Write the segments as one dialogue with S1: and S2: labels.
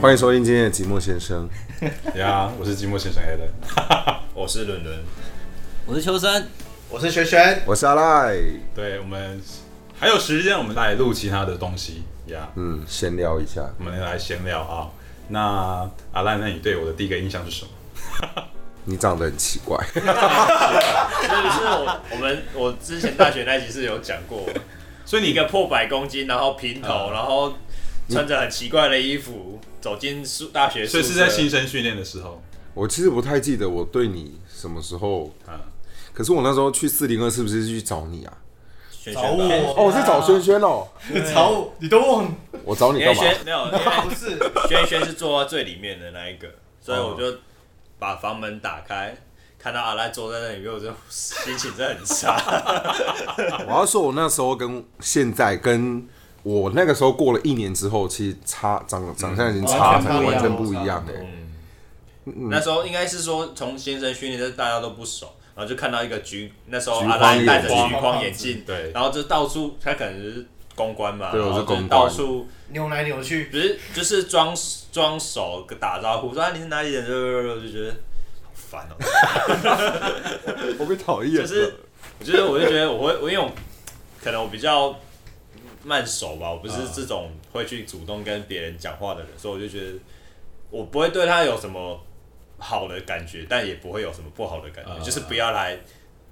S1: 欢迎收听今天的寂寞先生。
S2: 呀我是寂寞先生 a l n
S3: 我是伦伦，
S4: 我是秋生，
S3: 我是璇璇，
S1: 我是阿赖，
S2: 对我们还有时间，我们来录其他的东西呀。
S1: 嗯，闲聊一下。
S2: 我们来闲聊啊。那阿赖，那你对我的第一个印象是什么？
S1: 你长得很奇怪，
S3: 这就是我我们我之前大学那集是有讲过，
S2: 所以
S3: 一
S2: 你
S3: 个破百公斤，然后平头，然后穿着很奇怪的衣服走进宿大学宿
S2: 所
S3: 舍，
S2: 以是在新生训练的时候，
S1: 我其实不太记得我对你什么时候，
S2: 嗯，
S1: 可是我那时候去四零二是不是去找你啊？
S3: 选啊
S5: 找我，
S1: 哦，我是找轩轩哦，哎
S5: 找我，你都忘了？
S1: 我找你
S3: 因为
S1: 干嘛？
S3: 轩没有，因为
S5: 不是，
S3: 轩轩是坐在最里面的那一个，所以我就把房门打开。看到阿赖坐在那里面，我就心情真的很差。
S1: 我要说，我那时候跟现在跟我那个时候过了一年之后，其实差长嗯长相已经差
S5: 完全不一样
S1: 完全不一样哎、嗯
S3: 那时候应该是说从先生训练，就是大家都不熟，然后就看到一个橘，那时候
S1: 橘
S3: 阿
S1: 框
S3: 赖戴着
S1: 眼
S3: 橘框眼镜，
S2: 对
S3: 然后就到处，他可能是公关嘛，
S1: 对
S3: 然
S1: 我
S3: 后
S1: 是
S3: 就
S1: 公关
S3: 到处
S5: 扭来扭去，
S3: 不是就是装装熟打招呼，说啊你是哪里人，就就觉得好烦哦、
S1: 我被讨厌了
S3: 就是我觉得我就觉得我会我因为我可能我比较慢熟吧，我不是这种会去主动跟别人讲话的人，所以我就觉得我不会对他有什么好的感觉，但也不会有什么不好的感觉，
S2: 啊
S3: 就是不要来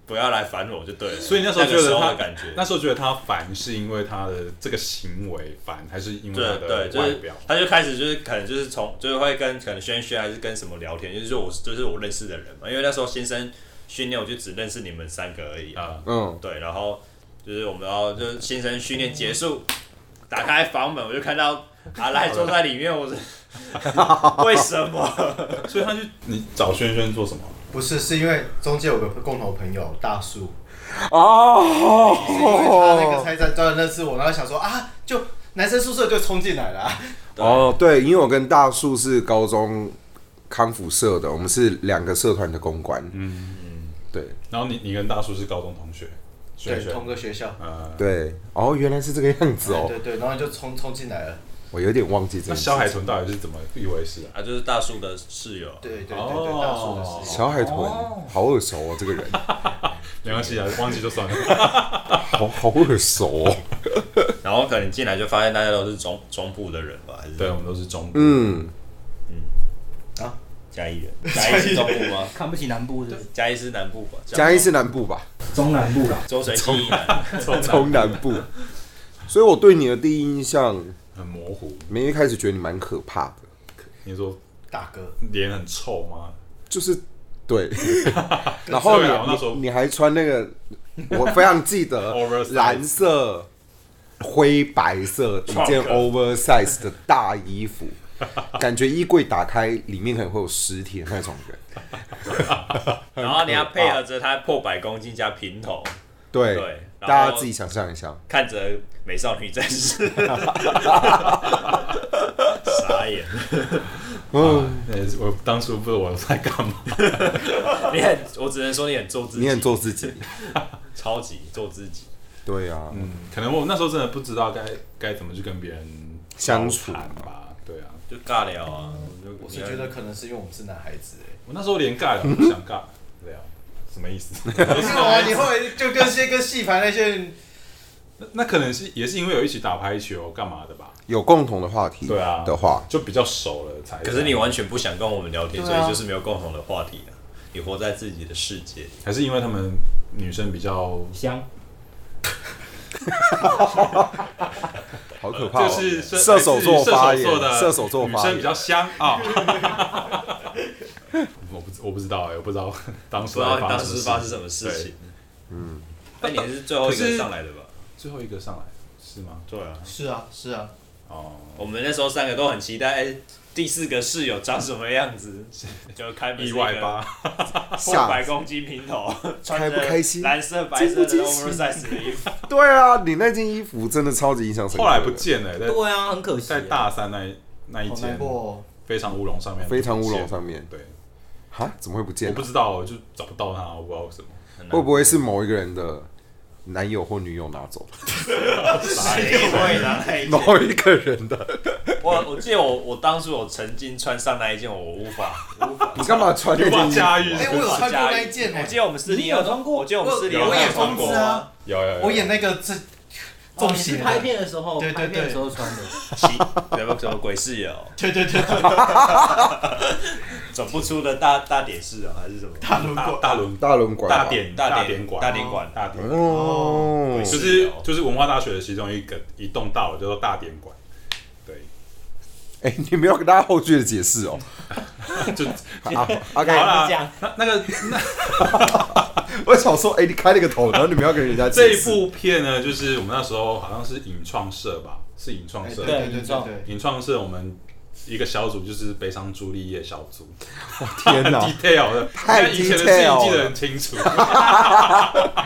S3: 不要来烦我就对了。
S2: 所以那时候觉
S3: 个时
S2: 得
S3: 候
S2: 他
S3: 的感觉，
S2: 那时候觉得他烦是因为他的这个行为烦，还是因为他
S3: 对对，
S2: 的
S3: 就
S2: 外
S3: 是
S2: 表？
S3: 他就开始就是可能就是从就是会跟可能轩轩还是跟什么聊天，就是说我就是我认识的人嘛，因为那时候先生训练我就只认识你们三个而已啊，
S2: 啊，
S1: 嗯，
S3: 对，然后就是我们然后就是先生训练结 束，打开房门我就看到阿赖坐在里面，我 是为什么？
S2: 所以他去你找轩轩做什么？
S5: 不是，是因为中间有个共同朋友大叔，
S1: 啊
S5: 是因为他那个
S1: 哦
S5: 才在专门认识我，然后想说啊，就男生宿舍就冲进来了啊，
S1: 哦，对，因为我跟大树是高中康复社的，我们是两个社团的公关，嗯，对
S2: 然后你你跟大叔是高中同学，轩
S5: 对，
S2: 轩，
S5: 同个学校，
S2: 呃，
S1: 对，哦，原来是这个样子哦，
S5: 对对，然后就冲冲进来了，
S1: 我有点忘记这
S2: 那
S1: 个
S2: 小海豚到底是怎么一回事啊？
S3: 啊，就是大树的室友，啊
S5: 对对对
S2: 哦
S5: 对，大叔的事情，
S1: 小海豚，好耳熟哦，这个人，
S2: 没关系啊，忘记就算 了。
S1: 好好耳熟哦，
S3: 然后可能进来就发现大家都是中中部的人吧，还是
S2: 对，我们都是中部。
S1: 嗯，
S3: 嘉义人，嘉义是中部吗？
S4: 看不起南部的，
S3: 嘉义是南部吧？
S1: 嘉义是南部吧，
S4: 中南部啦。
S3: 周水清以南，
S1: 从南部，所以我对你的第一印象，
S2: 很模糊。
S1: 没一开始觉得你蛮可怕的，
S2: 你说
S5: 大哥，
S2: 脸很臭吗？
S1: 就是 对，然后
S2: 对啊我那
S1: 你
S2: 时候
S1: 你你还穿那个，我非常记得
S2: Oversize
S1: 蓝色、灰白 色一件 oversize 的大衣服， 感觉衣柜打开里面可能会有尸体的那种人。
S3: 然后你要配合着他破百公斤加平头，
S1: 对，
S3: 对然后
S1: 大家自己想象一下，
S3: 看着美少女战 士，傻眼，
S1: 嗯，
S2: 呃，我当初不知道我在干嘛。
S3: 你很，我只能说你很做自己，
S1: 你很做自己。
S3: 超级做自己，
S1: 对啊，
S2: 嗯，可能我那时候真的不知道该该怎么去跟别人
S1: 相处
S2: 交谈吧。对啊，
S3: 就尬聊啊。
S5: 我是觉得可能是因为我们是男孩子哎，
S2: 我那时候连尬聊都不想尬聊，什么意 思？
S5: 没有啊，你后来就跟些跟戏排那些人，
S2: 那那可能是也是因为有一起打排球干嘛的吧，
S1: 有共同的话题
S2: 对啊
S1: 的话，
S2: 就比较熟了才。
S3: 可是你完全不想跟我们聊天，所
S5: 对啊
S3: 以就是没有共同的话题啊。你活在自己的世界里，
S2: 还是因为他们女生比较，
S4: 香，
S1: 好可怕
S2: 就
S1: 哦！
S2: 是
S1: 射手座发
S2: 射手
S1: 言
S2: 座的，
S1: 射手座
S2: 女
S1: 发
S2: 生比
S1: 言，
S2: 较香啊。 我不知我不知道哎，我不知道当
S3: 不
S2: 时
S3: 知道你当
S2: 什
S3: 时
S2: 么
S3: 发生什么事情。嗯，那你是最后一
S2: 可
S3: 个
S2: 是
S3: 上来的吧？
S2: 最后一个上来是吗？
S3: 对啊，
S5: 是啊是啊，
S2: 哦，
S3: 我们那时候三个都很期待，哎，第四个室友长什么样子， 就开门
S2: 意
S3: 是一个
S2: 外吧？
S3: 破百公斤平头，
S1: 开
S3: 穿
S1: 不
S3: 着
S1: 开心
S3: 蓝色、白色
S1: 惊
S3: 的
S1: 不惊喜
S3: oversize 的衣服，
S1: 对啊，你那件衣服真的超级影响深刻
S2: 后
S1: 的。
S2: 来不见了，在
S4: 对啊，很可惜
S2: 在
S4: 啊。
S2: 大三那一那一
S5: 好
S2: 间
S5: 难过哦，
S2: 非常乌龙上面，
S1: 非常乌龙上面，
S2: 对，
S1: 哈，怎么会不见
S2: 我
S1: 啊？
S2: 不知道，我就找不到他，我不知道为什么。
S1: 会不会是某一个人的男 友或女友拿走了
S3: 谁会拿来？
S1: 某一个人的？
S3: 我我记得我我当初我曾经穿上那一件，我无法无法
S1: 你干嘛穿那
S2: 无法
S1: 件衣
S2: 驾驭
S1: 服？
S5: 哎，我有穿过那一件
S3: 我
S5: 呢，
S3: 记得我们四零二
S4: 你有穿过
S3: 我记得我们四零
S2: 有
S3: 二
S5: 我演
S2: 穿
S5: 疯
S2: 过
S5: 子啊，
S2: 有有有，
S5: 我演那个这
S4: 哦
S5: 重
S4: 你是
S5: 型
S4: 拍
S5: 的，
S4: 片的时候，
S5: 对对
S4: 拍片的
S5: 对
S4: 时候穿的。
S3: 奇什么什么鬼室友，
S5: 对对对，
S3: 走不出的大大点室啊，还是什么
S5: 大轮
S2: 大
S5: 廓，
S2: 大轮
S1: 大轮管吧
S2: 大典
S3: 大
S2: 典馆
S3: 大典馆
S2: 大典馆
S1: 哦
S3: 对，
S2: 就是就是文化大学的其中一个一栋大楼叫做大典馆，对，
S1: 哎、你没有给大家后续的解 释哦。
S2: 就
S1: 好，OK，
S2: 好啦
S4: 这样，
S2: 那那个那
S1: 我想说，哎、你开了个头，然后你们要跟人家
S2: 这
S1: 解
S2: 一
S1: 释。
S2: 部片呢，就是我们那时候好像是影创社吧，是影创
S5: 哎
S2: 社
S5: 对，
S4: 对
S5: 对对
S4: 你
S5: 对
S4: 知道
S5: 对，
S2: 影创社我们一个小组就是悲伤朱丽叶小组，
S1: 天
S2: 很
S1: 哪，
S2: detail 的，
S1: 太
S2: 因为以前的事情
S1: detail
S2: 记得
S1: 了
S2: 很清楚。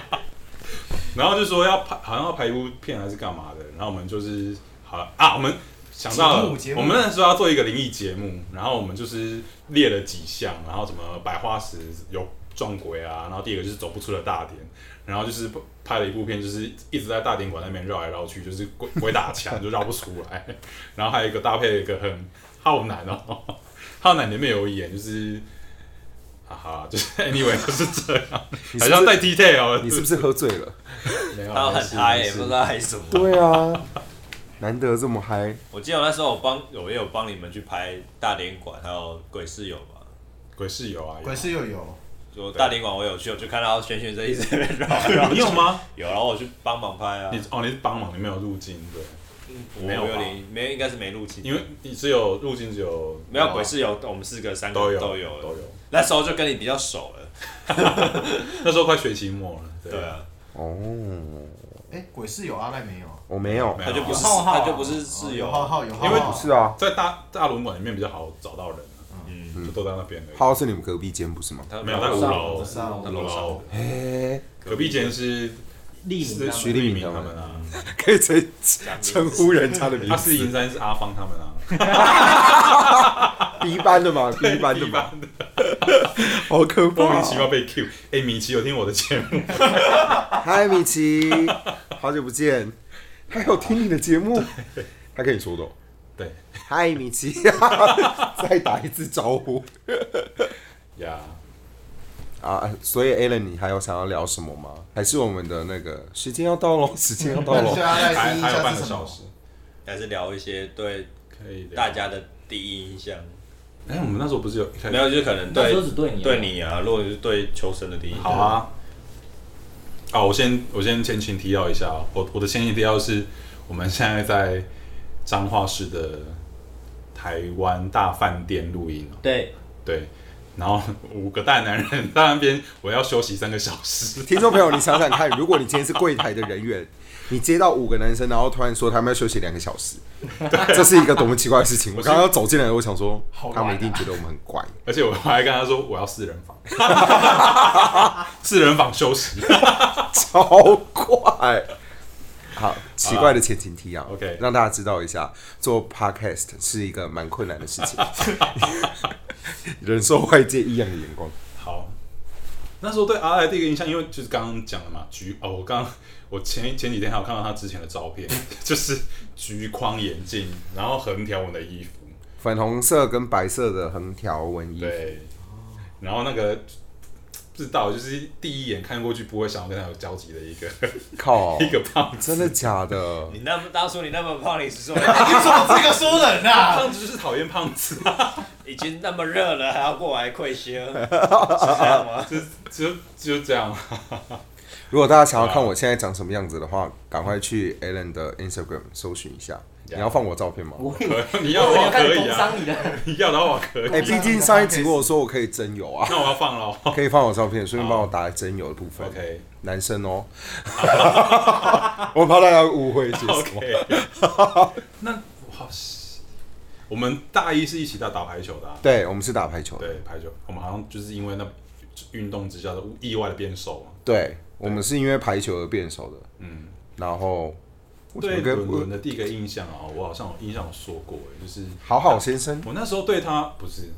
S2: 然后就说要拍，好像要拍一部片还是干嘛的，然后我们就是好啊，我们想到
S5: 节
S2: 了
S5: 目节，目
S2: 我们那时候要做一个灵异节目，然后我们就是列了几项，然后什么百花石有撞鬼啊，然后第一个就是走不出的大典，然后就是拍了一部片，就是一直在大典馆那边绕来绕去，就是鬼鬼打墙就绕不出来， 然后还有一个搭配了一个很浩南哦， 浩南里面有演就是。哈哈，就是 anyway 就是这样，
S1: 你是
S2: 好
S1: 不
S2: 像
S1: 是
S2: 太 detail 哦了。
S1: 你是不是喝醉 了？
S2: 没有
S3: 他
S2: 没
S3: 很
S2: 事
S3: 嗨
S2: 没
S3: 欸，
S2: 事
S3: 不知道嗨什么。
S1: 对啊，难得这么嗨，
S3: 我记得我那时候我帮我也有帮你们去拍大典馆，还有鬼室友嘛。
S2: 鬼室友啊，有啊
S5: 鬼室又有，
S3: 就大典馆我有去，我就看到轩轩在一直在那边绕，
S1: 啊
S3: 然后
S2: 啊你有吗？
S3: 有，然后我去帮忙拍啊。
S2: 你哦，你是帮忙，你没有入境对，
S3: 我
S2: 没有吧
S3: 有点没应该是没录进，
S2: 因为你只有入境只有哦啊
S3: 没有鬼室友，我们四个三个
S2: 都有
S3: 都
S2: 都有。
S3: 那时候就跟你比较熟了。
S2: 那时候快学期末了，对
S3: 对啊，
S1: 哦，
S5: 哎，鬼室有阿赖没有？啊哦
S1: 我没有，
S2: 没
S3: 他
S2: 有
S3: 就不是
S4: 有浩浩啊
S3: 他就不是室友
S5: 有浩浩有浩浩，
S2: 因为
S1: 不是啊，
S2: 在大大轮馆里面比较好找到人啊，
S3: 嗯，
S2: 就都在那边而已
S1: 浩浩是你们隔壁间不是吗？
S3: 他
S2: 没有在五楼，
S5: 是啊，
S3: 在楼上，
S1: 哎、
S2: 隔壁间是
S4: 立
S2: 是
S4: 明
S1: 徐立明
S2: 明
S1: 他
S2: 他
S1: 们
S2: 们啊，
S1: 可以直接称呼人家的名
S2: 他
S1: 字，
S2: 是银山是阿芳他们啊，
S1: B 班的 嘛，B 班的
S2: 一
S1: 嘛，
S2: 般的
S1: 好啊可
S2: 莫
S1: 怕
S2: 名其。妙被 Q。哎，米奇有听我的节目，
S1: 嗨，米奇，好久不见，他有听你的节目，他跟你说的哦。
S2: 对
S1: 嗨，米 奇，再打一次招呼
S2: 呀，
S1: 啊！所以 Alan，你还有想要聊什么吗？还是我们的那个时间要到 喽？时间要到
S5: 那 你
S1: 喽
S5: 对！阿赖
S2: 还
S5: 第一印
S2: 还有
S5: 象
S2: 半
S5: 是
S2: 个
S5: 什
S2: 小
S5: 么？
S2: 时，
S3: 还是聊一些对
S2: 可以聊
S3: 大。家的第一印象。
S2: 哎，我们那时候不是有一开始
S3: 没有，就是可能
S4: 那
S3: 对
S4: 时候只对你啊
S3: 对你啊，如果是对求生的第一印象
S2: 好，啊。啊，我先我先前情提要一下哦，我我的前情提要是，我们现在在彰化市的台湾大饭店录音哦，
S4: 对，
S2: 对，然后 五个大男人在那边，我要休息三个小时，
S1: 听众朋友，你想想看，如果你今天是柜台的人员，你接到五个男生，然后突然说他们要休息两个小 时，这是一个多么奇怪的事情！我刚刚走进来，我想说，他
S2: 啊
S1: 们一定觉得我们很怪。
S2: 而且我还跟他说我要四人房， 四人房休息。
S1: 超怪。好，奇怪的前情提要
S2: OK
S1: 让大家知道一下，做 podcast 是一个蛮困难的事情， 忍受外界异样的眼光。
S2: 好，那时候对阿赖第一个印象，因为就是刚刚讲的嘛，橘哦，我刚我前前几天还有看到他之前的照片， 就是橘框眼镜，然后横条纹的衣服，
S1: 粉红色跟白色的横条纹衣服，
S2: 对， 然后那个不知道，就是第一眼看过去不会想要跟他有交集的一个
S1: 靠，
S2: 一个胖子，
S1: 真的假的？
S3: 你那么当初你那么胖，你是 说
S5: 你怎么这个说 人啊？
S2: 胖子就是讨厌胖子啊，
S3: 已经那么热了，还要过来 愧羞，是这样吗？
S2: 就就这样，啊
S1: 如果大家想要看我现在长什么样子的话，赶快去 Alan 的 Instagram 搜寻一下。你要放我照片吗？
S4: 我以为
S2: 可 你
S4: 哦你
S2: 要的话可以
S4: 工
S2: 啊，
S4: 伤你的，
S2: 你要的话我可以，
S1: 哎，毕竟上一集我有说我可以真有 啊，
S2: 那我要放了
S1: 可以放我照片，顺便帮我打真有的部分。
S2: ，OK
S1: 男生哦， 我怕大家误会些什么。
S2: OK，那 哇塞，我们大一是一起在打排球的、啊。
S1: 对，我们是打排球的，
S2: 对排球，我们好像就是因为那运动之下的意外的变瘦嘛。
S1: 对，我们是因为排球而变熟的。
S2: 嗯，
S1: 然后，我怎
S2: 对
S1: 么
S2: 伦
S1: 跟
S2: 伦
S1: 我
S2: 的第一个印象啊，我好像有印象有说过，欸就是
S1: 好好先 生，
S2: 我那时候对他不是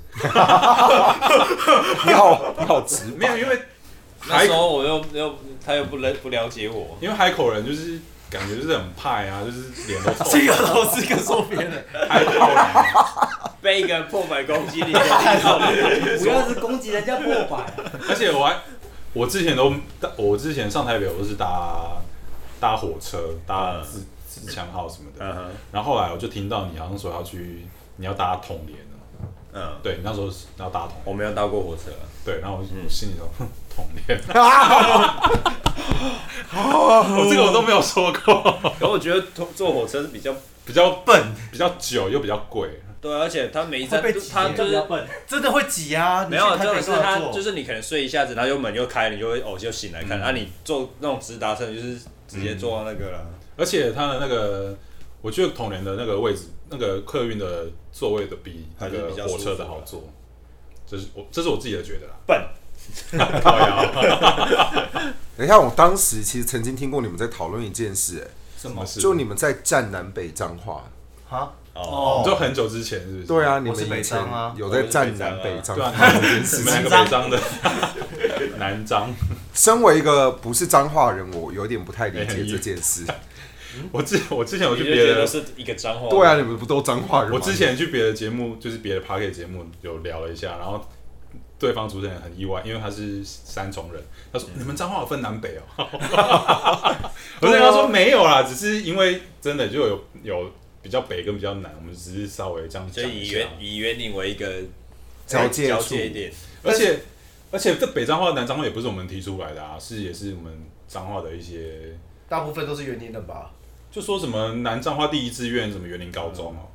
S1: 你好，你好直
S2: 没有，因为
S3: 那
S2: 海
S3: 时候我又又他又不了不了解我，
S2: 因为海口人就是感觉就是很派啊，就是脸都臭
S3: 这个都是个说别人
S2: 太臭了。
S3: 被一个破百公斤 的人看到了，
S4: 不要是攻击人家破百，
S2: 而且我还，我之前都，我之前上台北我都是搭搭火车，搭
S3: 嗯
S2: 自自强号什么的。
S3: 嗯哼，
S2: 然后后来我就听到你好像说要去，你要搭统联啊
S3: 嗯，
S2: 对，你那时候是要搭统联，
S3: 我没有搭过火车，啊
S2: 对，然后我
S3: 嗯
S2: 心里头哼统 联，
S3: 啊
S2: 我这个我都没有说过，
S3: 可我觉得坐坐火车是比较
S2: 比较笨，比较久又比较贵，
S3: 对，啊而且他每一站
S5: 会被
S3: 就
S5: 挤
S3: 他就
S4: 比
S3: 是
S4: 较笨。
S5: 真的会挤啊！你
S3: 没有，
S5: 去台
S3: 重
S5: 北
S3: 点是
S5: 干嘛
S3: 他
S5: 坐
S3: 就是你可能睡一下子，然后又门又开，你就会哦就醒来看，
S2: 嗯
S3: 啊你坐那种直达车就是直接坐到那个了，
S2: 而且它的那个，我觉得统联的那个位置，那个客运的座位的比那
S3: 还是
S2: 个
S3: 比较舒服
S2: 火车的好坐，这是我这是我自己的觉得啦。
S3: 笨，
S2: 靠 腰，
S1: 等一下，我当时其实曾经听过你们在讨论一件事、哎
S2: 什么事？
S1: 就你们在站南北彰化。
S5: 啊，
S3: 哦，
S2: 就很久之前是不是？
S1: 对啊，你
S5: 我是
S1: 们以
S5: 北
S1: 前
S5: 彰啊
S1: 有在站南北彰
S2: 对啊，
S1: 化。
S2: 你们 你们两个北张的 南张，
S1: 身为一个不是彰化人，我有点不太理
S2: 哎
S1: 解
S2: 很
S1: 这件事。
S2: 我之我之前有
S3: 你
S2: 去
S3: 就
S2: 别
S3: 觉得
S2: 的，
S3: 是一个脏话，
S1: 对啊，你们不都彰化人吗？
S2: 我之前去别的节目，就是别的 p a r k 节目有聊了一下，然后对方主持人很意外，因为他是三重人，他说、你们彰化有分南北哦， 我就跟他说没有啦，只是因为真的就有有比较北跟比较南，我们只是稍微这样
S3: 所
S2: 讲一
S3: 以以
S2: 下
S3: 圆，以圆领为一个
S1: 交界
S2: 哎
S3: 交
S1: 处，
S3: 界一 点，
S2: 而且而且这北彰化南彰化也不是我们提出来的啊，是也是我们彰化的一些。
S5: 大部分都是园林的吧？
S2: 就说什么南彰化第一志愿什么园林高中哦，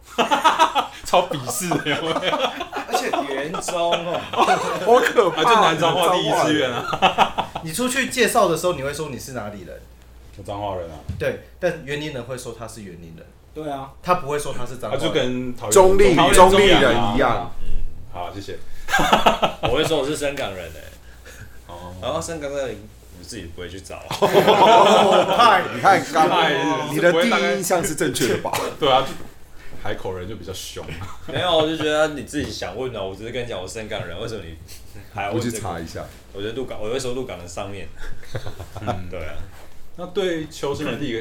S2: 超鄙视的 啊有没有
S5: 而且
S3: 圆中哦，
S1: 好可
S2: 啊，
S1: 怕！
S2: 就南彰化第一志愿
S1: 啊！
S2: 啊，
S5: 你出去介绍的时候，你会说你是哪里人，
S2: 我彰化人啊，
S5: 对，但园林人会说他是园林人，
S4: 对啊，
S5: 他不会说他是彰
S2: 他
S5: 化
S2: 就
S5: 人。
S2: 跟桃园
S1: 中立
S2: 桃园
S1: 中立
S2: 一样啊
S1: 人一。样，
S2: 好，谢谢。
S3: 我会说我是深港人哎，
S2: 哦，
S3: 然后深港那里我自己不会去 找，
S5: 哦，嗨，
S1: 你看刚
S2: 哎
S1: 你的
S2: 不会
S1: 第
S2: 大概
S1: 一印象是正确的吧？
S2: 对啊，就海口人就比较凶，啊
S3: 没有，我就觉得你自己想问哦，我只是跟你讲我是深港人，为什么你还要
S1: 我
S3: 问
S1: 去
S3: 这个？
S1: 查一下。
S3: 我觉得鹿港，我会说鹿港的上面，
S1: 嗯
S3: 对啊，
S2: 那对秋生的第一个，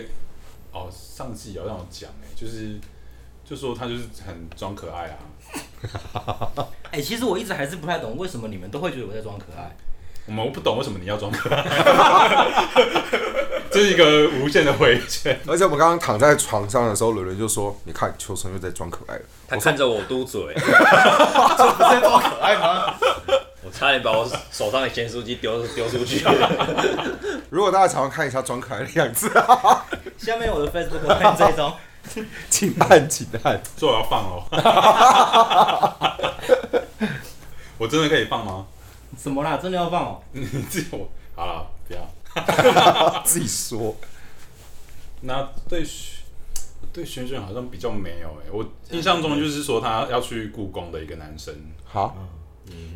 S2: 哦，上季有让我讲哎，就是就说他就是很装可爱啊，
S4: 哎、其实我一直还是不太懂，为什么你们都会觉得我在装可爱？
S2: 我们不懂为什么你要装可爱， 这是一个无限的回圈。
S1: 而且我们刚刚躺在床上的时候，伦伦就说：“你看秋生又在装可爱了。
S3: 他看着我嘟嘴，
S5: 不是多可爱吗？
S3: 我差点把我手上的咸酥鸡丢丢 出去。”
S1: 如果大家想要看一下装可爱的样子，
S4: 下面我的 Facebook 看这张，
S1: 请按请按。
S2: 所以我要放哦， 我真的可以放吗？
S4: 什么啦？真的要放哦、
S2: 你自己我好了，不要。
S1: 自己说，
S2: 那对轩对轩轩好像比较没有哎、我
S3: 啊
S2: 印象中就是说他要去故宫的一个男生，
S1: 好，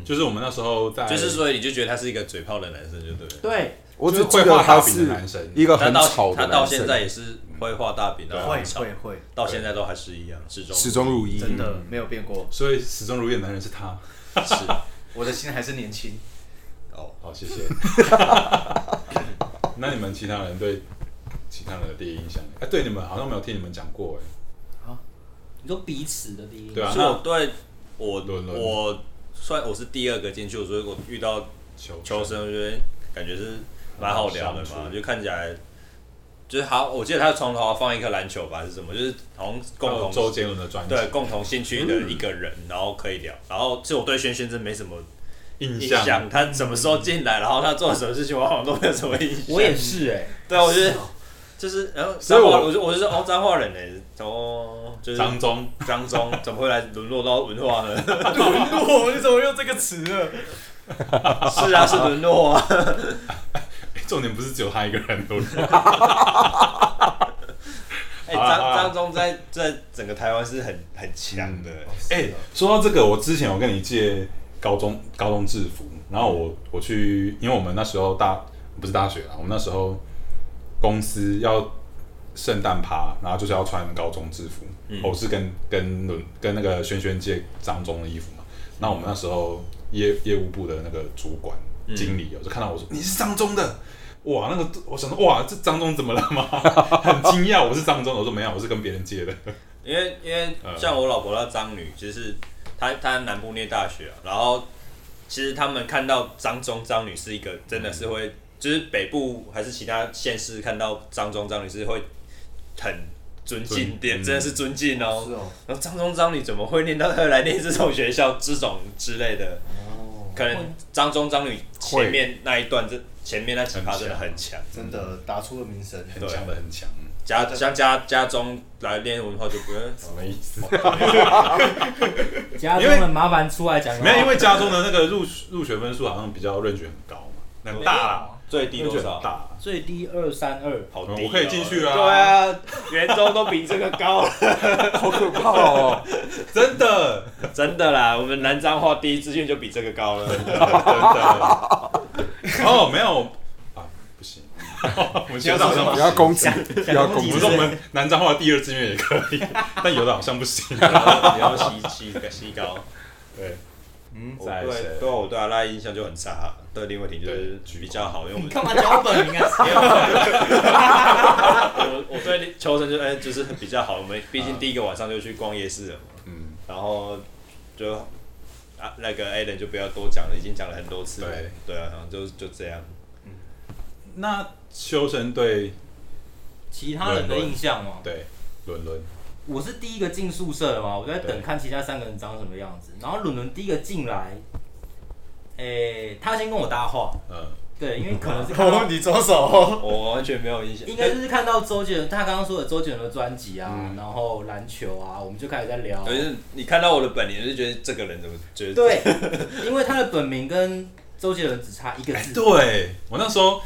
S2: 就是我们那时候在，
S3: 嗯就是所以你就觉得他是一个嘴炮的男生，就对了。
S4: 对，啊
S1: 我只
S2: 就是
S1: 记
S2: 会画
S1: 得他
S2: 大饼的
S1: 是
S2: 男生
S1: 一个
S3: 他
S1: 很
S3: 到
S1: 吵
S3: 他
S1: 的
S3: 到
S1: 男
S3: 现在
S1: 生，
S3: 也是会画大饼，然后
S5: 会
S3: 很吵
S5: 啊会，会，
S3: 到现在都还是一样，始终
S1: 始终如一。
S5: 真的没有变过，
S2: 所以始终如一的男人是他。
S3: 是
S5: 我的心还是年轻。
S3: 哦。
S2: 好，谢 谢。 那你们其他人对其他人的第一印象？哎、对你们好像没有听你们讲过哎、
S4: 你说彼此的第一印象
S2: 对啊
S3: 嗯是
S2: 那
S3: 我对我
S2: 伦伦
S3: 我算我是第二个进去，所以我遇到
S2: 求
S3: 秋生，我觉得感觉是蛮好聊的
S2: 相
S3: 嘛，
S2: 处
S3: 就看起来就是好。我记得他床头放一颗篮球吧，还是什么，就是好像共同
S2: 哦周杰伦的专辑，
S3: 对共同兴趣的一个人，然后可以聊。然后其实我对轩轩真没什么
S2: 印
S3: 印
S2: 象
S3: 象，他什么时候进来，然后他做了什么事情，我好像都没有什么印象。
S4: 我也是哎、
S3: 对啊，我觉得就是，然后
S2: 所以
S3: 彰
S2: 我
S3: 化，我就我就是哦，彰化人呢，哦，就是
S2: 张忠，
S3: 张中，怎么会来沦落到文化 呢？
S5: 我你怎么用这个词了？
S3: 是啊，是沦落啊。
S2: 哎重点不是只有他一个人，对不对？
S3: 哎，
S2: 好啦
S3: 张
S2: 好啦
S3: 张中在在整个台湾是很很强的，
S2: 哎、说到这个，我之前有跟你借高中高中制服，然后我我去，因为我们那时候大不是大学啦，我们那时候公司要圣诞趴，然后就是要穿高中制服，我是跟跟伦跟那个轩轩借张中的衣服嘛。那我们那嗯啊时候业业务部的那个主管经理，有就看到我说你是张中的，哇，那个我想说，哇，这张忠怎么了吗？ 很惊讶，我是张忠，我说没有，我是跟别人借的。
S3: 因为因为
S2: 嗯
S3: 像我老婆那张女，其实她她南部念大学、啊，然后其实他们看到张忠张女是一个真的是
S2: 嗯
S3: 会，就是北部还是其他县市看到张忠张女是会很尊敬点，
S2: 嗯
S3: 真的是尊敬哦。
S5: 是哦，
S3: 然后张忠张女怎么会念到她来念这种学校这种之类的？
S5: 哦，
S3: 可能张忠张女前面那一段这前面那几趴真的很
S2: 很
S3: 强，
S5: 真的打出了名声，
S2: 很强的，很强，
S3: 家像家家中来练文化就不用。
S2: 什么意思？
S4: 家中的麻烦出来讲，
S2: 没有，因为家中的那个入入学分数好像比较认选很高嘛，很大啦，
S3: 啊最低
S2: 认
S3: 多
S2: 选很
S3: 少？
S2: 大。
S4: 最低二三二，
S3: 好低、
S2: 我可以进去啦
S3: 哦对啊，园中都比这个高了，
S1: 好可怕哦！
S2: 真的，
S3: 真的啦。我们南彰化第一志愿就比这个高了。
S2: 真的。哦，没有啊，不行，我们学长好像
S1: 不要攻击，不要攻
S2: 我
S1: 击
S2: 们。说我们南彰化第二志愿也可以， 但有的好像不行。
S3: 你要吸吸吸高。
S2: 对，
S5: 嗯，
S3: 对
S2: 在谁？
S3: 对啊，我对阿拉印象就很差。啊对林伟霆就是比较好，因为我
S4: 你
S3: 们
S4: 干嘛讲我本名 啊？
S3: 我我对秋生就哎、就是比较好。我们毕竟第一个晚上就去逛夜市了嘛，
S2: 嗯，
S3: 然后就啊那个 a l n 就不要多讲了，已经讲了很多次了。
S2: 对
S3: 对啊，然后就就这样。
S2: 那修身对
S4: 其他人的印象嘛，
S2: 对伦伦，
S4: 我是第一个进宿舍的嘛，我在等
S2: 对
S4: 看其他三个人长什么样子。然后伦伦第一个进来，诶、他先跟我搭话，
S2: 嗯，
S4: 对，因为可 能是看到
S5: 哦，你左手，
S3: 我完全没有印象。
S4: 应该就是看到周杰伦，他刚刚说的周杰伦的专辑啊，
S3: 嗯
S4: 然后篮球啊，我们就开始在聊。
S3: 等于是你看到我的本名，就觉得这个人怎么觉得
S4: 对，因为他的本名跟周杰伦只差一个
S2: 哎，
S4: 字，
S2: 对我那时候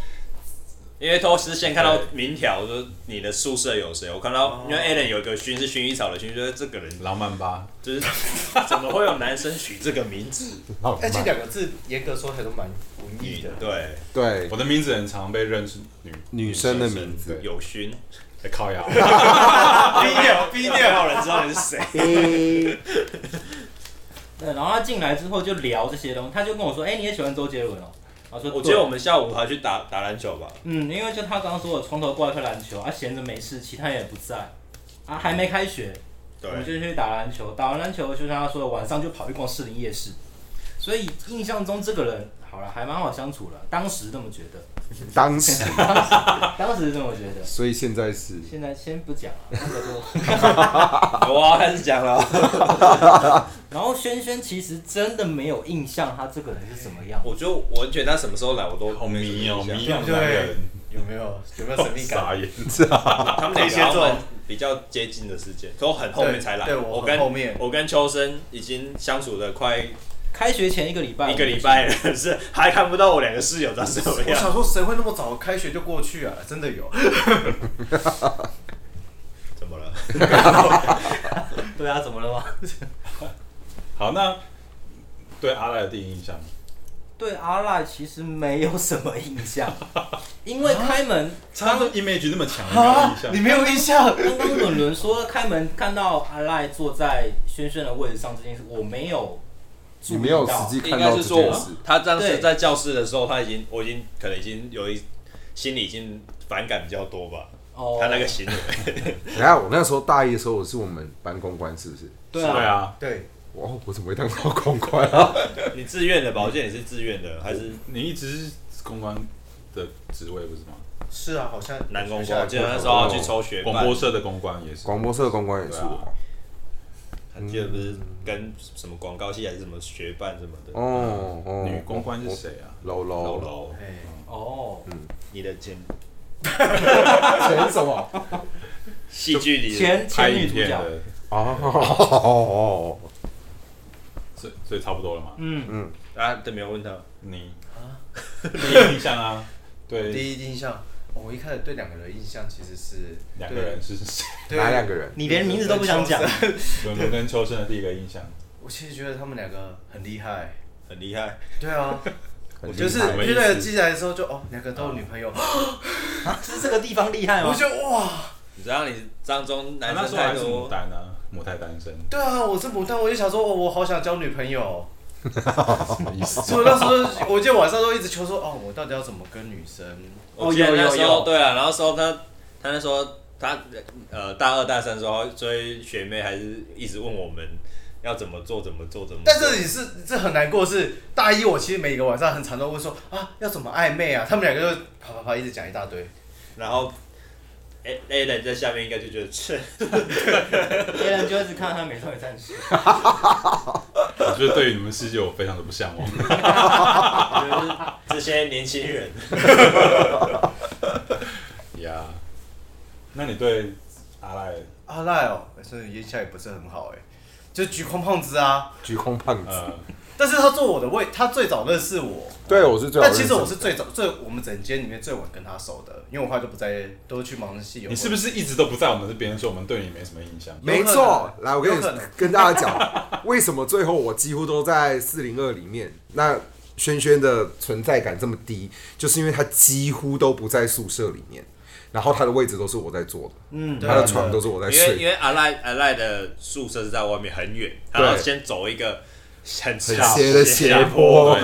S3: 因为都是先看到
S2: 对
S3: 名条，说你的宿舍有谁，我看到，因为 Alan 有一个勋是薰衣草的勋，就是这个人
S2: 浪漫吧，
S3: 就是 怎么会有男生取这个名字？
S5: 哎，这两个字严格说起来都蛮文艺的，
S3: 对，
S1: 对，
S2: 我的名字很常被认是女
S1: 女生的名字
S2: 有
S3: 有勋，
S2: 在靠腰，
S3: 低调低调，没有人知道你是谁。
S4: 对，然后他进来之后就聊这些东西，他就跟我说：“哎、你也喜欢周杰伦哦？”我说：“
S3: 我记
S4: 对
S3: 得我们下午还去打打篮球吧，
S4: 嗯，因为就他刚刚说的，从头过来看篮球，啊，闲着没事，其他人也不在，啊，还没开学，我
S3: 对
S4: 们就去打篮球，打完篮球就像他说的，晚上就跑去逛士林夜市，所以印象中这个人好了，还蛮好相处了，当时这么觉得，
S1: 当时，
S4: 当时这么觉得，
S1: 所以现在是
S4: 现在先不讲了。
S3: 我要开始讲了。
S4: 然后轩轩其实真的没有印象，他这个人是什么样，
S3: 我就我觉得他什么时候来，我都
S2: 好迷哦，
S3: 没什么印
S2: 迷
S3: 象
S2: 样的人，
S5: 有没有有没有神秘 感？
S2: 傻眼，
S3: 他们
S5: 天蝎座
S3: 座比较接近的时间，都很后面才来。
S5: 对对
S3: 我
S5: 我很
S3: 跟
S5: 后面
S3: 我跟秋生已经相处的快
S4: 开学前一个礼拜，
S3: 一个礼拜了，是还看不到我两个室友长什么
S5: 我
S3: 样。
S5: 想说，谁会那么早开学就过去啊？真的 有，
S3: 怎么了？
S4: 对啊，怎 么了吗？
S2: 好，那对阿赖的第一印象，
S4: 对阿赖其实没有什么印象，因为开门
S2: 他的 image 那么强，
S1: 啊
S2: 你没有印象
S5: 你没有印象？
S4: 刚刚伦伦说开门看到阿赖坐在轩轩的位置上这件事，我没有注
S1: 你
S4: 意到。
S1: 没有实际
S3: 应
S1: 看
S3: 该
S1: 到
S3: 是
S1: 这
S3: 说
S1: 件
S3: 我
S1: 事，
S3: 他当时
S4: 对
S3: 在教室的时候，他已经我已经可能已经有一心里已经反感比较多吧。
S4: 哦，
S3: 他那个行为，
S1: 等一下我那时候大一的时候，我是我们班公关，是不是？
S4: 对
S2: 对
S4: 啊，
S2: 啊，
S5: 对，
S1: 哇，我怎么会当到公关啊？
S3: 你自愿的吧？我记得你是自愿的，还是
S2: 你一直是公关的职位不是吗？
S5: 是啊，好像
S3: 南工
S5: 下
S3: 我记得那时候要去抽学
S2: 广播
S3: 社，
S2: 社的公关也是，
S1: 广播社公关也是我。
S3: 还记得不是跟什么广告系还是什么学办什么的。
S1: 哦哦，
S2: 女公关是谁啊？
S1: 楼
S2: 老 嗯
S1: 楼
S2: 老
S5: 哎，
S4: 哦，
S3: 你的前
S1: 前什 么？
S3: 戏剧里的
S4: 前
S2: 拍
S4: 前女
S2: 影
S4: 主
S2: 片
S4: 角，
S2: 的，
S1: 哦，
S2: 所以所以差不多了嘛。
S4: 嗯，
S3: 啊，都没有问他。
S2: 你 第一印象啊，对，
S5: 第一印象，哦我一开始对两个人的印象其实是
S2: 两个人是谁？
S5: 对
S1: 哪两个人？
S4: 你连名字都不想讲，
S2: 伦伦跟秋生的第一个印象，
S5: 我其实觉得他们两个很厉害。
S3: 很厉害，
S5: 对啊， 我
S1: 很
S5: 就是
S1: 厉害
S5: 因为那个寄来的时候就哦，两个都有女朋友，
S4: 是这个地方厉害
S5: 我
S4: 吗？
S5: 就哇，
S3: 你知道你张中男
S2: 那
S3: 生
S2: 时候还
S3: 太
S2: 是母
S3: 多，
S2: 胎呢，母胎单身。
S5: 对啊，我是母胎，我就想说，哦，我好想交女朋友。
S1: 什么意思？
S5: 所以那时候，我记得晚上都一直求说，哦，我到底要怎么跟女生？
S3: 我记得
S4: 有有
S3: 那时候
S4: 有
S3: 对啊，然后说他他那时候他呃大二大三的时候追学妹，还是一直问我们要怎么做怎么做怎么做。
S5: 但是你是这很难过的是，大一我其实每个晚上很常都会说啊，要怎么暧昧啊？他们两个就啪啪啪一直讲一大堆。
S3: 然后 A A 人在下面应该就觉得切，
S4: 别人就一直看他美少女战士，
S2: 我觉得对于你们世界我非常的不向往。
S3: 就是这些年轻人。
S2: 呀、那你对阿赖
S5: 阿赖哦，所以印象也不是很好哎、就橘空胖子啊。
S1: 橘空胖 子，
S2: 呃，
S5: 但是他坐我的位，他最早认识我。
S1: 对我是最好
S5: 但
S1: 认
S5: 其
S1: 识的。
S5: 实我是最早最我们整间里面最晚跟他熟的，因为我后来就不在，都去忙戏友
S2: 你
S5: 会。
S2: 是不是一直都不在我们这边，所以我们对你没什么印象？
S1: 没
S5: 有可
S1: 错，
S5: 能
S1: 来，我跟
S5: 有
S1: 你
S5: 可能
S1: 跟大家 讲，为什么最后我几乎都在四零二里面？那轩轩的存在感这么低，就是因为他几乎都不在宿舍里面，然后他的位置都是我在坐的，
S4: 嗯，
S5: 对啊
S1: 他的床都是我在
S3: 因为因
S1: 睡。
S3: 为阿赖阿赖的宿舍是在外面很远，他
S1: 对
S3: 要先走一个很
S1: 很
S3: 下
S1: 斜的斜坡，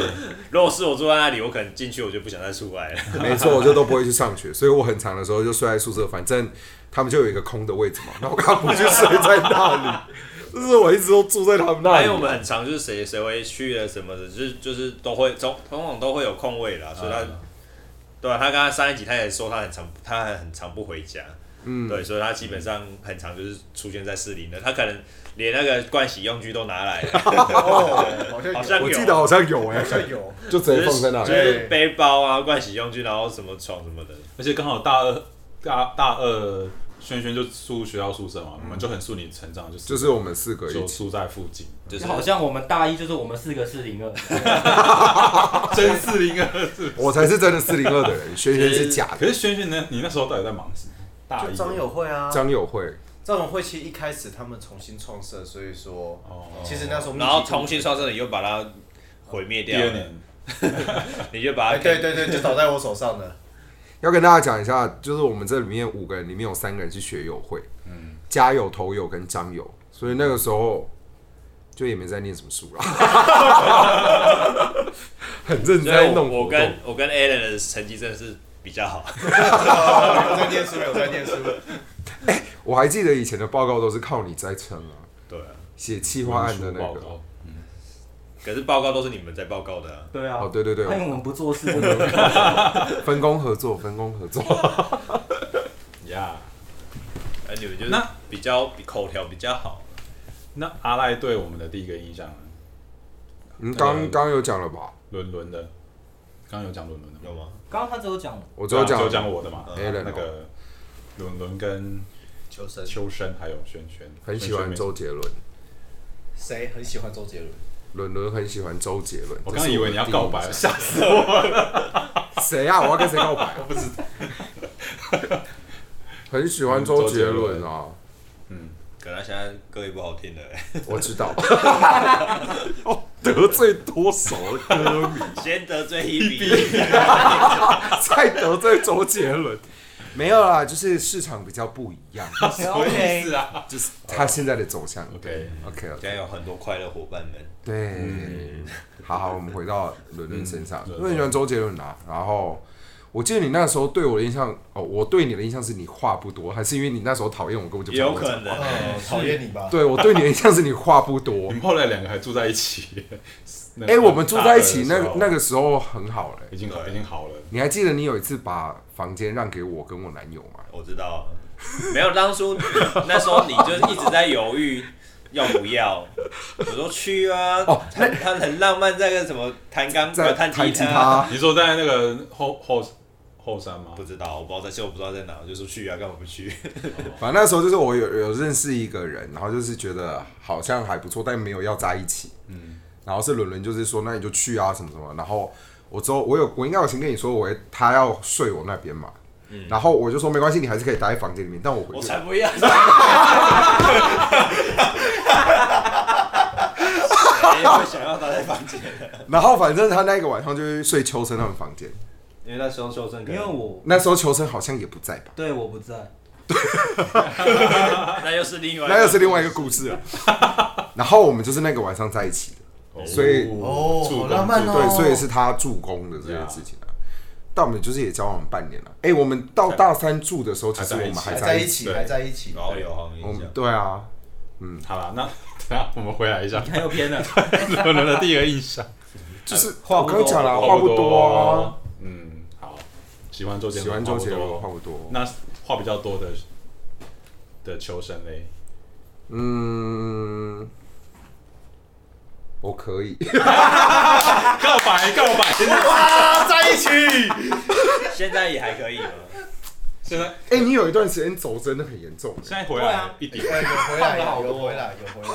S3: 如果是我住在那里，我可能进去我就不想再 出来了。
S1: 没错，我就都不会去上学，所以我很长的时候就睡在宿舍，反正他们就有一个空的位置嘛，那我干嘛不去睡在那里？ 就是我一直都住在他们那
S3: 还
S1: 里
S3: 有我。们很常就是谁谁会去了什么的，就是就是都会通通常都会有空位啦，所以他、
S2: 嗯
S3: 对啊，他刚刚上一集他也说他很常他很常不回家，嗯，对，所以他基本上很常就是出现在四零的，他可能连那个盥洗用具都拿来了，
S5: 哦，好像有
S3: 好像
S1: 我记得好像有哎、
S5: 好像有。
S1: 就直接放在那
S3: 就
S1: 里。
S3: 是背包啊、盥洗用具，然后什么床什么的，
S2: 而且刚好大二大大二，轩轩就住学校宿舍嘛，我们就很顺理成章，就是
S1: 嗯就是我们四个一
S2: 就
S1: 起，
S2: 住在附近，
S3: 就是
S4: 就好像我们大一就是我们四个四零二，
S2: 真四零二是。
S1: 我才是真的四零二的人，轩轩是假的。
S2: 可是轩轩呢？你那时候到底在忙什么？大
S5: 就
S2: 一
S5: 张友会啊，
S1: 张友会，
S5: 张友会其实一开始他们重新创社，所以说
S2: 哦，
S5: 其实那时候密集
S3: 然后重新创设你又把它毁灭
S2: 第
S3: 掉
S2: 二
S3: 了，
S2: 年，
S3: 你就把
S5: 哎，
S3: 它
S5: 对对对，就倒在我手上了。
S1: 要跟大家讲一下，就是我们这里面五个人，里面有三个人是学友会，嗯，家友、头友跟张友，所以那个时候就也没在念什么书啦， 很认真
S3: 所以
S1: 在
S3: 我
S1: 弄活
S3: 我
S1: 动
S3: 跟我跟 Alan 的成绩真的是比较 好，
S5: 有在念书，有在念书。
S1: 我还记得以前的报告都是靠你在撑啊，
S3: 对啊，
S1: 写企划案的那
S2: 文书报
S1: 个，
S2: 告
S3: 可是报告都是你们在报告的、啊。
S4: 对啊
S1: 哦，，对对对，
S4: 他因为我们不做事，
S1: 分工合作，分工合作，
S2: 呀。
S3: 哎，你们就是
S2: 那
S3: 比较比口条比较好，
S2: 那阿赖对我们的第一个印象呢？
S1: 嗯，
S2: 啊
S1: 刚刚有讲了吧？
S2: 伦伦的，刚刚有讲伦伦的吗，
S3: 有吗？
S4: 刚刚他只有 讲
S1: 我只有
S2: 对啊
S1: 讲
S2: 只有讲我的嘛，
S1: 嗯
S2: 那个伦伦跟
S5: 求生，
S2: 秋生还有轩轩，
S1: 很喜欢
S2: 轩轩没
S1: 周杰伦，
S5: 谁很喜欢周杰伦？
S1: 伦伦很喜欢周杰伦。
S2: 我
S1: 这
S2: 刚
S1: 是
S2: 刚以为
S1: 的
S2: 你要
S1: 第一
S2: 告
S1: 印
S2: 白，
S1: 象
S2: 吓死！
S1: 谁啊？我要跟谁告 白、我不知道。 很喜
S2: 嗯
S1: 欢周杰伦啊，
S3: 可他现在歌也不好听了、欸，
S1: 我知 道。哦，得罪多少歌 迷，
S3: 先得罪一 笔，
S1: 再得罪周杰伦。没有啦，就是市场比较不一样，
S2: 什么意思啊
S1: 就是他现在的走向。
S2: ？OK，
S1: OK
S3: 现在有很多快乐伙伴们，
S1: 对，好好，我们回到伦伦身上，
S2: 嗯
S1: 因为你喜欢周杰伦啊。然后我记得你那时候对我的印象，哦，我对你的印象是你话不多，还是因为你那时候讨厌我，根本就不
S3: 也有
S1: 跟我
S3: 可
S1: 讲
S3: 能、
S5: 哦，讨厌你吧？
S1: 对我对你的印象是你话不多
S2: 你，们后来两个还住在一起。 那
S1: 哎、
S2: 个
S1: 我们住在一起那
S2: 大二的时候
S1: 那个时候很好嘞、
S2: 已经好，已经好了。
S1: 你还记得你有一次把房间让给我跟我男友吗？
S3: 我知道，没有当初那时候你就一直在犹豫要不要， 我说去啊，
S1: 哦
S3: 他他很浪漫，在跟什么弹钢
S1: 在
S3: 呃弹
S1: 弹吉
S3: 吉，
S1: 他，啊
S2: 你说在那个后后后山吗
S3: 不？知道，我不知道在，其实我不知道在哪，我就说去啊，干嘛不去？
S1: 反正那时候就是我有有认识一个人，然后就是觉得好像还不错，但没有要在一起。
S2: 嗯，
S1: 然后是伦伦就是说，那你就去啊什么什么。然后我之后我有我应该有先跟你说，我会他要睡我那边嘛。然后我就说没关系，你还是可以待在房间里面，但我回
S3: 嗯我
S1: 去
S3: 才不 要！谁会想要待在房间？
S1: 然后反正他那个晚上就去睡秋生他们房间。
S3: 因为那时候修正，
S4: 因为我
S1: 那时候秋生好像也不在吧？
S4: 对我不在，
S3: 啊那又是另外一个
S1: 那又是另外一个故事了。然后我们就是那个晚上在一起的，所以
S5: 哦
S2: 助
S5: 好
S2: 攻
S5: 浪漫哦
S1: 对，所以是他助攻的这件事情啊。但我们就是也交往半年了，哎、我们到大三住的时候，其实我们还
S5: 还
S1: 在
S5: 在
S1: 一
S5: 一
S1: 起。
S5: 起，
S2: 对
S5: 还在一起。
S3: 老哦有好
S1: 我
S3: 像印
S1: 们
S3: 象。
S1: 对啊，
S2: 好了，那 等一下我们回来一下
S4: 很有偏的，
S1: 啊
S2: 伦伦的第一个印象，
S1: 就是
S4: 话
S1: 我
S4: 不
S1: 刚刚讲了，哎话不多啊。，
S2: 嗯，好，喜欢周杰伦，
S1: 喜欢周杰伦，话
S2: 话不
S1: 不多
S2: 多。。那话比较多的的求生嘞，
S1: 嗯，我可以。
S2: 告白告白，现在
S5: 哇，在一起，
S3: 现在也还可以吗？
S2: 现在
S1: 哎、你有一段时间走真的很严重。欸
S2: 现在回
S4: 对
S2: 来
S4: 啊
S2: 一点，
S5: 哎有回
S4: 胖
S5: 来，
S4: 了好多
S5: 有回来，有回来。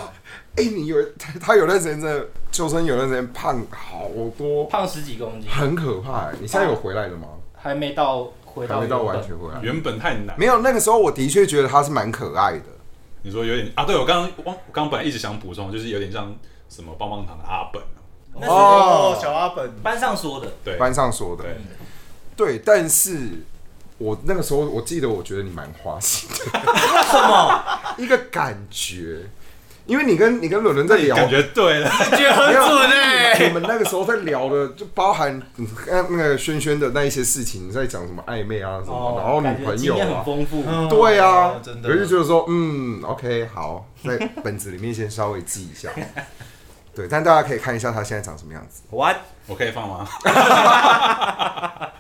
S1: 哎、你有他他有段时间真的，秋生有段时间胖好多，
S4: 胖十几公斤，
S1: 很可怕、哎你现在有回来了吗？
S4: 还没到回
S1: 还
S4: 到
S1: 没到完
S4: 原
S1: 全哦
S4: 本
S1: 回来。
S2: 原本太难
S1: 没。有，那个时候我的确觉得他是蛮可爱的。
S2: 你说有点啊？对我刚刚忘，我刚刚本来一直想补充，就是有点像什么棒棒糖的阿本啊，
S4: 那是
S5: 哦，小阿本，
S4: 班上说的，
S2: 对，
S1: 班上说的，
S2: 对，
S1: 对，但是我那个时候我记得，我觉得你蛮花心的，
S4: 为什么？
S1: 一个感觉，因为你跟你跟伦伦在聊，
S2: 感觉对了，
S5: 觉得很
S1: 没有
S5: 准哎、
S1: 我们那个时候在聊的，就包含你看那个轩轩的那一些事情，你在讲什么暧昧啊什么，然后
S4: 哦感
S1: 女
S4: 觉
S1: 朋
S4: 经
S1: 友
S4: 验
S1: 啊
S4: 很，丰富，
S5: 嗯
S1: 对啊，
S5: 真的
S1: 我就觉得说，嗯，OK，好，在本子里面先稍微记一下。 对，但大家可以看一下他现在长什么样子。
S4: 我
S2: 我可以放吗？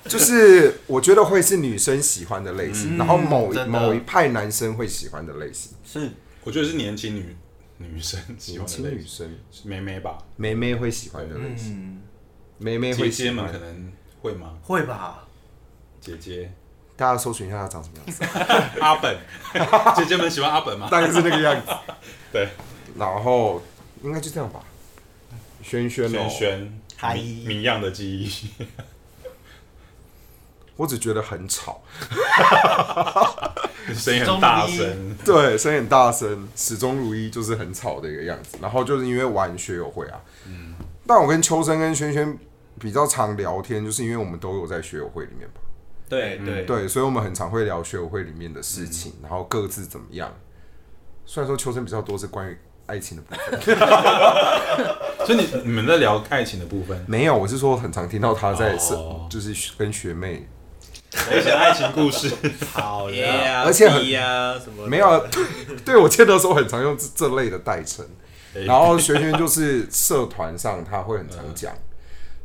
S1: 就是我觉得会是女生喜欢的类
S2: 嗯
S1: 型，然后某一
S5: 真的
S1: 某一派男生会喜欢的类型，
S4: 是
S2: 我觉得是年轻女女生喜
S1: 年
S2: 欢的
S1: 轻
S2: 类
S1: 女
S2: 型，
S1: 生
S2: 妹妹吧，
S1: 妹妹会喜欢的类型，
S5: 嗯，
S1: 妹妹
S2: 姐
S1: 会喜
S2: 姐们可
S1: 欢。
S2: 能会吗？
S5: 会吧？
S2: 姐姐
S1: 大家搜寻一下他长什么样子，
S2: 阿本， 姐姐们喜欢阿本吗？
S1: 大概是那个样 子。
S2: 对，
S1: 然后应该就这样吧。轩轩哦
S2: 轩，轩，
S4: 嗨
S2: 谜谜样的记忆，
S1: 我只觉得很吵，
S2: 声音很大声，
S1: 对，声音很大声，始终如一，就是很吵的一个样子。然后就是因为玩学友会啊，
S2: 嗯
S1: 但我跟秋生跟轩轩比较常聊天，就是因为我们都有在学友会里面吧。
S5: 对对，
S1: 对，嗯所以我们很常会聊学友会里面的事情，然后各自怎么样。虽然说求生比较多是关于爱情的部分，
S2: 所以你你们在聊爱情的部分，
S1: 没有，我是说很常听到他在是、
S2: 哦
S1: 就是跟学妹，
S2: 我一些 爱情故事，
S3: 好
S4: 耶啊
S1: 而且很
S3: 呀什么的
S1: 没有，啊， 对，对我见的时候很常用这这类的代称。然后学轩就是社团上他会很常讲，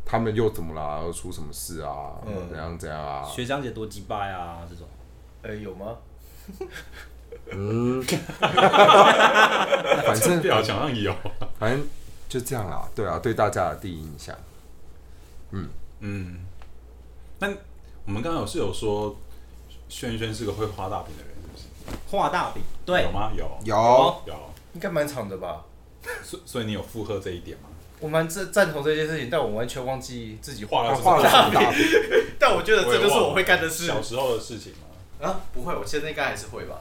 S1: 他们又怎么啦，又出什么事啊，
S5: 嗯
S1: 怎样怎样啊，
S4: 学长姐多鸡巴呀，这种
S5: 呃，有吗？
S1: 嗯，反正
S2: 表情好像有，
S1: 反正就这样啦，对啊，对大家的第一印象。
S2: 嗯，那我们刚刚有是有说轩轩是个会画大饼的人，是不是？
S4: 画大饼，对
S2: 有，吗？有
S1: 有
S2: 有，
S5: 应该蛮长的吧？
S2: 所所以你有附和这一点吗？
S5: 我蛮赞赞同这件事情，但我完全忘记自己画。
S2: 画了
S1: 画了很大饼，
S5: 但我觉得
S2: 这
S5: 这就是我会干的事
S2: 小时候的事情吗？
S5: 啊！不会，我现在应该还是会吧？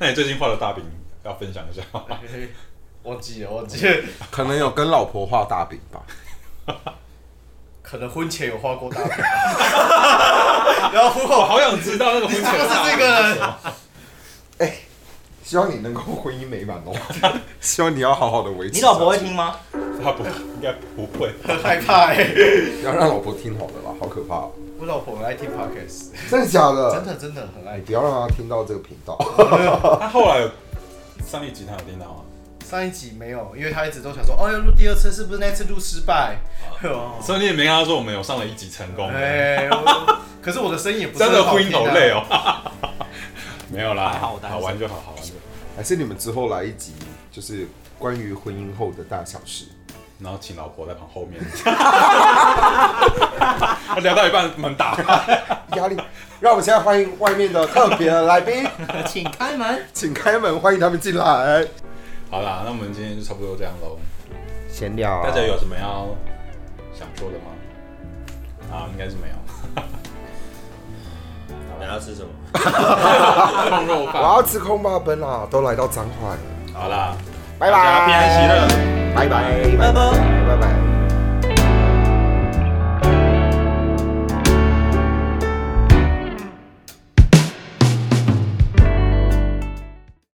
S2: 那你最近画的大饼要分享一下吗？
S5: 忘记了，忘记 了，
S1: 可能有跟老婆画大饼吧。
S5: 可能婚前有画过 大饼，然后婚后
S2: 我好想知道那个婚前
S5: 就
S2: 大
S5: 是
S2: 饼
S5: 这个 人。
S1: 希望你能够婚姻美满哦， 希望你要好好的维持。
S4: 你老婆会听？吗？
S2: 他不应该不会，
S5: 很害怕哎、
S1: 要让老婆听好了啦，好可怕、哦！
S5: 我老婆很爱听 podcast，
S1: 真的假的？
S5: 真。的真的很爱
S1: 你
S5: 听。
S1: 不要让她听到这个频道。
S2: 他后来有上一集他有听到吗？
S5: 上一集没有，因为她一直都想说，哦，要录第二次，是不是那次录失败？ 哦
S2: 所以你也没跟他说我们有上了一集成功，
S5: 哎、我可是我的声音也不是
S2: 真的婚姻好累
S5: 哦。
S2: 哦。没有啦，
S4: 还好我单身
S2: 好玩就好，好玩就好。
S1: 还是你们之后来一集，就是关于婚姻后的大小事。
S2: 然后请老婆在旁后面， 聊到一半门打 开，
S1: 压力，让我们现在欢迎外面的特别的来宾，
S4: 请开门，
S1: 请开门欢迎他们进来。
S2: 好啦，那我们今天就差不多这样喽。
S1: 闲聊，
S2: 大家有什么要想说的吗？啊，应该是没有。
S3: 你要吃什么？
S2: 胖肉
S1: 我要吃空巴本啦，都来到彰化了，
S2: 好啦，
S1: 拜
S2: 大家平安喜
S1: 拜，
S2: 乐。
S4: 嗯
S1: 拜拜，拜拜，拜拜。